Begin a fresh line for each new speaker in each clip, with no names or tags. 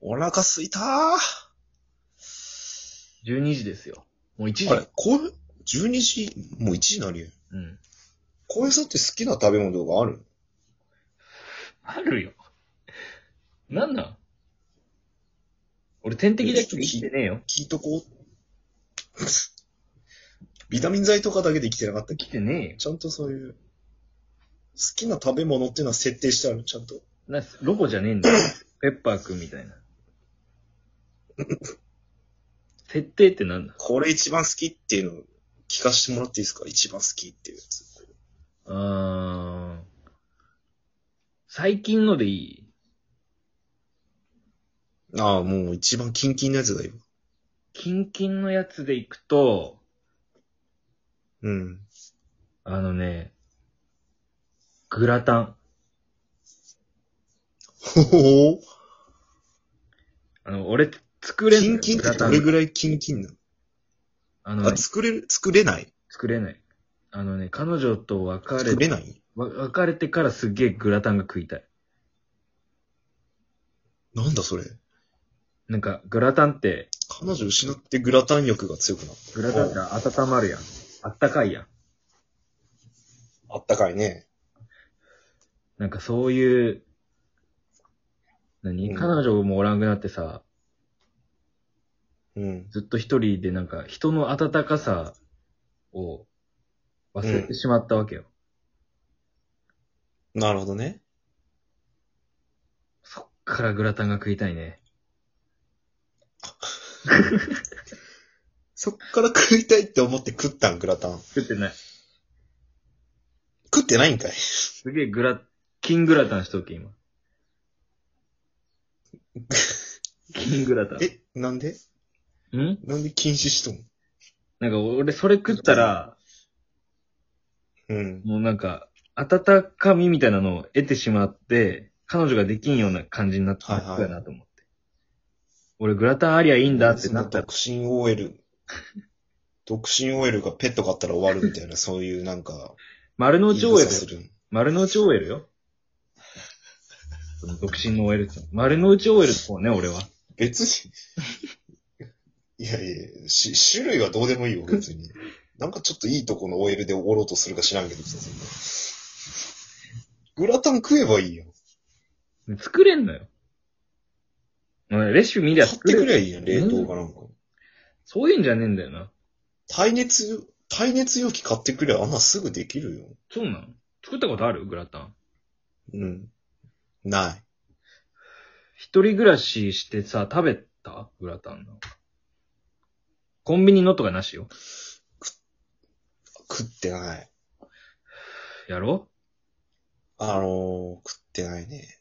腹すいたー。
12時ですよ。もう1時。
あれ、こう、12時、もう1時になるよ。
うん。
小林さんって好きな食べ物とかある
あるよ。なんなん俺点滴だけで生きてねえよ。
聞いとこう。ビタミン剤とかだけで生きてなかったっけ
生きてねえよ。
ちゃんとそういう、好きな食べ物っていうのは設定してある、ちゃんと。
な、ロボじゃねえ んだよ。ペッパーくんみたいな。設定ってなんだ
これ一番好きっていうのを聞かせてもらっていいですか一番好きっていうやつ。
うーん。最近のでいい
ああ、もう一番キンキンのやつだよ。
キンキンのやつでいくと、
うん。
あのね、グラタン。
ほほほ
あの、俺、作れんの
キ
よ
ンキンっ
グラ
て
タ
ど
ン
れぐらいキンキンなの、
あのね
あ、、作れる、作れない
作れない。あのね、彼女と別れ
作れない
わ別れてからすっげえグラタンが食いたい。
なんだそれ。
なんか、グラタンって、
彼女失ってグラタン欲が強くなった。
グラタンって温まるやん。あったかいやん。
あったかいね。
なんかそういう、何、
うん
彼女もおらんくなってさ、
うん。
ずっと一人でなんか人の温かさを忘れてしまったわけよ。
なるほどね。
そっからグラタンが食いたいね。
そっから食いたいって思って食ったん、グラタン。
食ってない。
食ってないんかい。
すげえグラ、金グラタンしと け今。金グラタン。
え、なんで
ん
なんで禁止しとん
なんか俺それ食ったら、
うん。
もうなんか、温かみみたいなのを得てしまって、彼女ができんような感じになって
はい
た
はい
かなと思って。俺グラタンありゃいいんだってなったら
独身 OL。独身 OL がペット飼ったら終わるみたいな、そういうなん か。
丸の内 OL
言い
よ
草。する
丸の内 OL よ。その独身の OL って。丸の内 OL ってうね、俺は。
別に。 いやいや、し、種類はどうでもい いよ、別に。なんかちょっといいとこの OL で終わろうとするか知らんけどさ、そんなグラタン食えばいいよ。
作れんのよ。お前レシピ見りゃ
買っ
作
て
れ
く
る。
ればいいやん、冷凍かなんか。
そういうんじゃねえんだよな。
耐熱、耐熱容器買ってくればあんなすぐできるよ。
そうなの作ったことあるグラタン。
うん。ない。
一人暮らししてさ、食べたグラタンの。コンビニのとかなしよ。
食ってない。
やろ
あのー、食ってないね。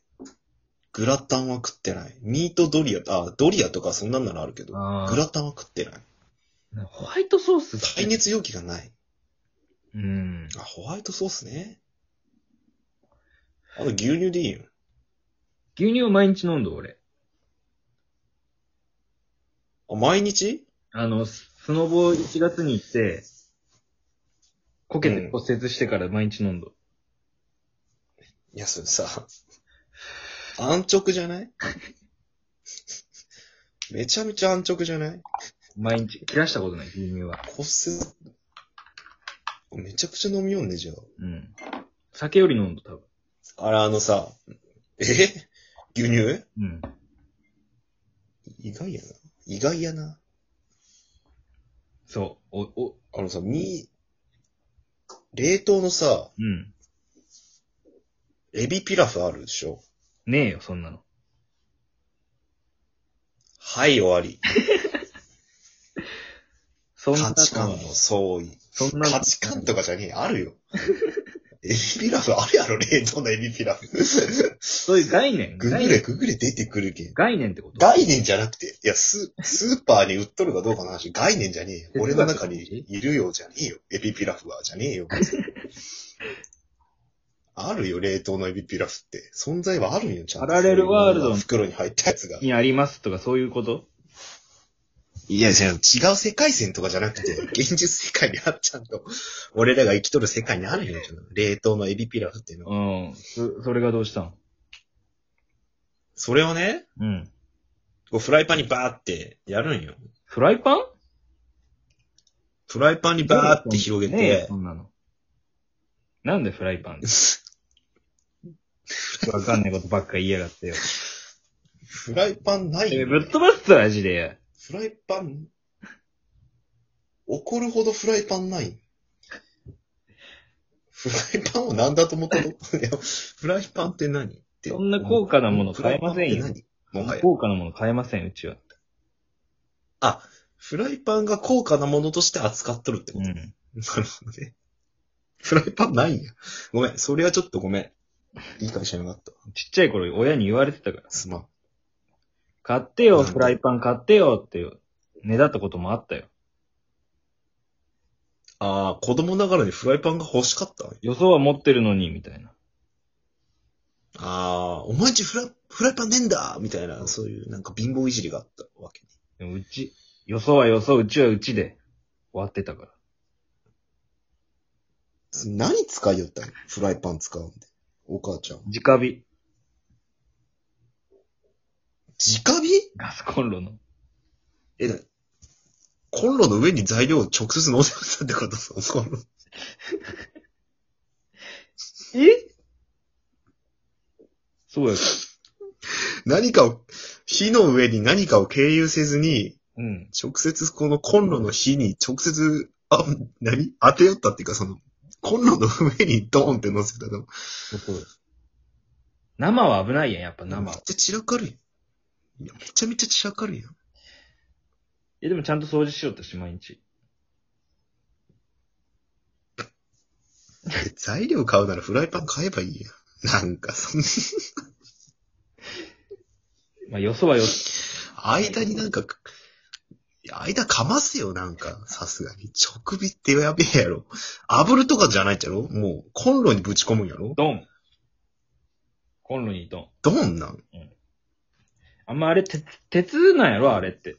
グラタンは食ってない。ミートドリア、あ、ドリアとかそんなんならあるけど、グ
あー
ラタンは食ってない。
ホワイトソースって
耐熱容器がない。
うん。
あ、ホワイトソースね。あと牛乳でいいよ。
牛乳を毎日飲んど、俺。
あ、毎日
あの、ススノボ1月に行って、こけて骨折してから毎日飲んど。
いや、それさ、安直じゃないめちゃめちゃ安直じゃない
毎日、切らしたことない、牛乳は。
骨折、めちゃくちゃ飲みよんね、じゃ
うん。酒より飲んど、多分。
あ。あれ、あのさ、え牛乳
うん。
意外やな。意外やな。
そう。お、お、
あのさ、み、冷凍のさ、
うん。
エビピラフあるでしょ
ねえよ、そんなの。
はい、終わり。
そん
価
な
値観
の
の。相違。
そんなの
価値観とかじゃねえ、あるよ。 エビピラフあるやろ、冷凍のエビピ ラフ。
そういう概念。
ググ
概
れ、
念。
ググれ出てくるけん。
概念ってこと
概念じゃなくて、いや、ス、スーパーに売っとるかどうかの話、概念じゃねえよ。俺の中にいるよ、じゃねえよ。エビピラフは、じゃね えよ。別にあるよ、冷凍のエビピラフって。存在はあるんよ、ちゃんと。
パラレルワールドの
袋に入ったやつが。
にありますとか、そういうこと
いや、違う違う世界線とかじゃな くて、現実世界にあっちゃんと、俺らが生きとる世界にあるよ。冷凍のエビピラフっていうのは。
うん。そ、それがどうしたん
それをね、
うん。
こうフライパンにバーってやるんよ。
フライパン
フライパンにバーって広げ
ねえ
て、
そんなの。なんでフライパンわかんないことばっか言いやがってよ。
フライパンない
え
よ、
ぶっ飛ばすぞ、マジで。
フライパン怒るほどフライパンない。フライパンを何だと 思ったのいやフライパンって何って
そんな高価なもの買えませんよ
フライパンって何もはや。
高価なもの買えません、うちは。
あ、フライパンが高価なものとして扱っとるってこ
う
と。
ん。
なるほどね。フライパンないんや。ごめん、それはちょっとごめん。いい会社なかった。
ちっちゃい頃、親に言われてたから。
すまん。
買ってよ、
うん
フライパン買ってよって、ねだったこともあったよ。
ああ、子供ながらにフライパンが欲しかった。
予想は持ってるのに、みたいな。
ああ、お前んちフラ、フライパンねえんだみたいな、そういうなんか貧乏いじりがあったわけね。
でもうち、予想は予想、うちはうちで終わってたから。
何使いよったんフライパン使うんで。お母ちゃん。
直火。
直火
ガスコンロの。
え、なコンロの上に材料を直接乗せましたってことそうコンロ。
えそうや。
何かを、火の上に何かを経由せずに、
うん。
直接このコンロの火に直接、あ、何当てよったっていうかその、コンロの上にドーンって乗せたの。
そう生は危ないやん、やっぱ
め
生
っ。ちゃ散らかるやん。いや、めちゃめちゃ散らかるやん。
え、でもちゃんと掃除しようとし、毎日。
で 材料買うならフライパン買えばいいやん。なんか、そんな、
まあ、よそはよそ。
間になんか、いや間かますよ、なんか、さすがに。直火ってやべえやろ。炙るとかじゃないっちゃろもう、コンロにぶち込むんやろ
ドン。コンロにドン。
どんなん
あんまあれ、鉄、鉄なんやろ、あれって。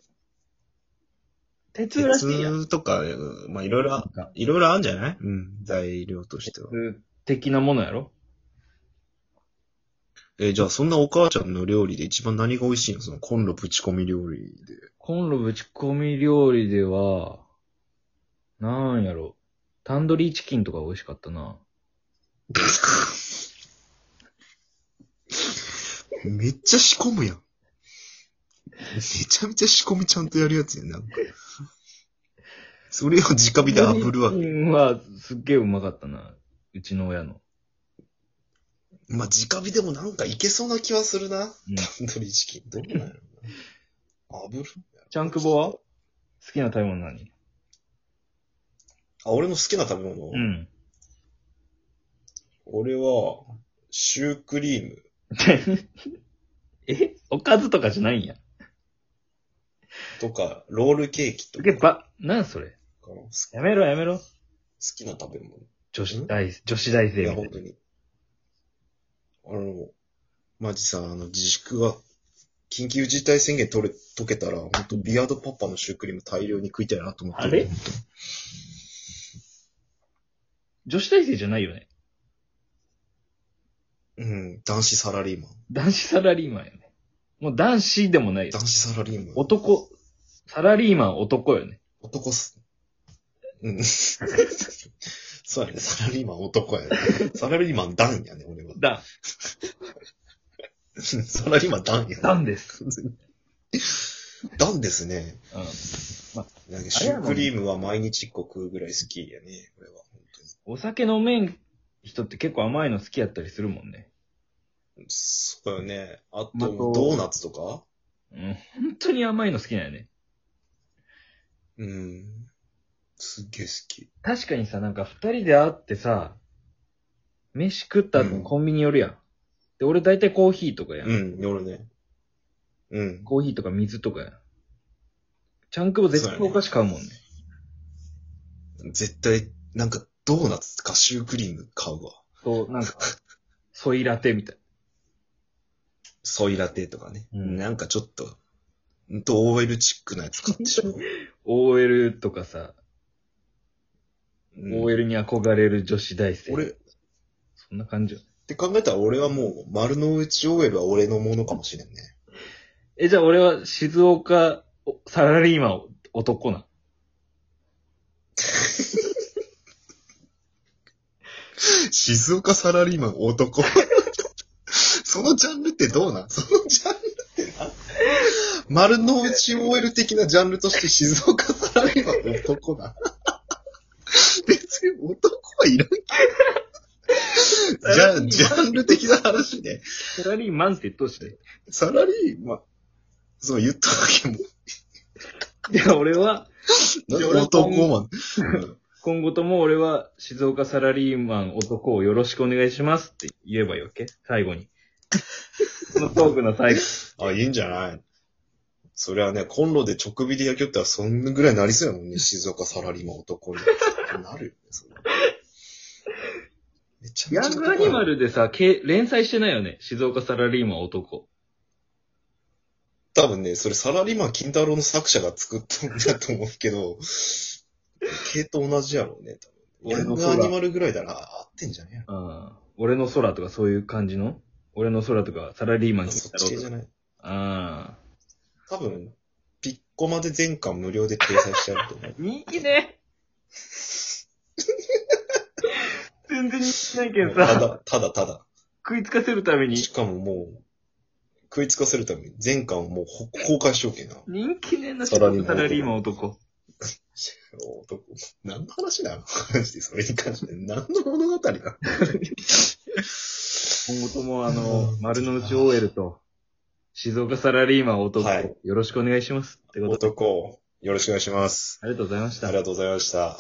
鉄らしいやん。
鉄とか、うんまあ、いろいろあ、
なんか
いろいろあるんじゃないうん、材料としては。
鉄的なものやろ
えーじゃあそんなお母ちゃんの料理で一番何が美味しいのそのコンロぶち込み料理で。
コンロぶち込み料理では、なんやろ。タンドリーチキンとか美味しかったな。
めっちゃ仕込むやん。めちゃめちゃ仕込みちゃんとやるやつやん、なんか。それを直火で炙るわ
タンド
け。
リーチキンはすっげえうまかったな。うちの親の。
まあ、直火でもなんかいけそうな気はするな。
うん
タンドリーチキン。どうなんやろな。炙る
チャンクボは好きな食べ物何
あ、俺の好きな食べ物、
うん。
俺は、シュークリーム。
えおかずとかじゃないんや。
とか、ロールケーキと
す
か
げえば、なんそれ。
かな好
やめろやめろ。
きな食べ物。
女子大、女子大生
い
みた
や、
いな
本当に。あの、マジさ、あの、自粛が、緊急事態宣言取れ、解けたら、本当ビアードパパのシュークリーム大量に食いたいなと思ってる。
あれ女子大生じゃないよね。
うん、男子サラリーマン。
男子サラリーマンやね。もう男子でもないよ。
男子サラリーマン。
男、サラリーマン男よね。
男す。うん。 そうやね、サラリーマン男やね。サラリーマン男やね、俺は。
だ、
サラリーマン男やね。
だんです。
男ですね。
うん。
なんかシュークリームは毎日1個食うぐらい好きやね、俺は。本当に
お酒飲めん人って結構甘いの好きやったりするもんね。
そうよね。あと、
あと
ドーナツとか
うん。本当に甘いの好きなんやね。
うん。すっげえ好き。
確かにさ、なんか二人で会ってさ、飯食った後
うん
にコンビニ寄るやん。で、俺大体コーヒーとかやん。
うん、夜ね。うん。
コーヒーとか水とかやん。ちゃんくぼ絶対お菓子買うもんね。
絶対、なんか、ドーナツかシュークリーム買うわ。
そう、なんか、ソイラテみたい。
ソイラテとかね。
うん
なんかちょっと、ほんと OL チックなやつ買ってし まう。
OL とかさ、
うん
OL に憧れる女子大生。
俺、っ
そんな感じよ。
て考えたら俺はもう、丸の内 OL は俺のものかもしれんね。
え、じゃあ俺は静岡おサラリーマン男な。
静岡サラリーマン男。 そのジャンルってどうなんそ のジャンルってな丸の内 OL 的なジャンルとして静岡サラリーマン男な。 別に男はいらんけど。じゃあ、ジャンル的な話で、
サラリーマンってどうして
サラリーマン、そう言ったわけも、
いや、俺は、
なんで男マン。
今後とも俺は静岡サラリーマン男をよろしくお願いしますって言えばいいわけ最後 に。このトークの最後。
あ、いいんじゃないそれはね、コンロで直火で焼きよったらそんぐらいなりそうやもん ね。静岡サラリーマン男に。なるよね、それ。めちゃめ
ヤ
ちゃ男
ング
や
ア
ん。
ニマルでさ、け連載してないよね。静岡サラリーマン男。
多分ね、それサラリーマン金太郎の作者が作ったんだと思うけど、系統同じやろうね。多分ヤ
俺
ン
の
グ
空
アニマルぐらいだな。合ってんじゃねえや
うん。俺の空とかそういう感じの俺の空とかサラリーマン
ろ。
金
そ
太
っち系
郎
じ
と
ゃな
か。
い。
あ
多分、ピッコマで全巻無料で掲載してあると思う
あ。。人気ね。全然人気ないけど
た
さ、
だ、ただ、ただ。
食いつかせるために
しかももう、食いつかせるために全巻をもうほ公開しようけな。
人気ねえな、
サラリーマン
サラリーマン男。
男、何の話なのマジでそれに関して何の物語なの
今後とも、あの
う、ん
丸の内 OL と、静岡サラリーマン男、
はい
よろしくお願いします。ってことで、
男、よろしくお願いします。
ありがとうございまし
あ
た
り。がとうございました。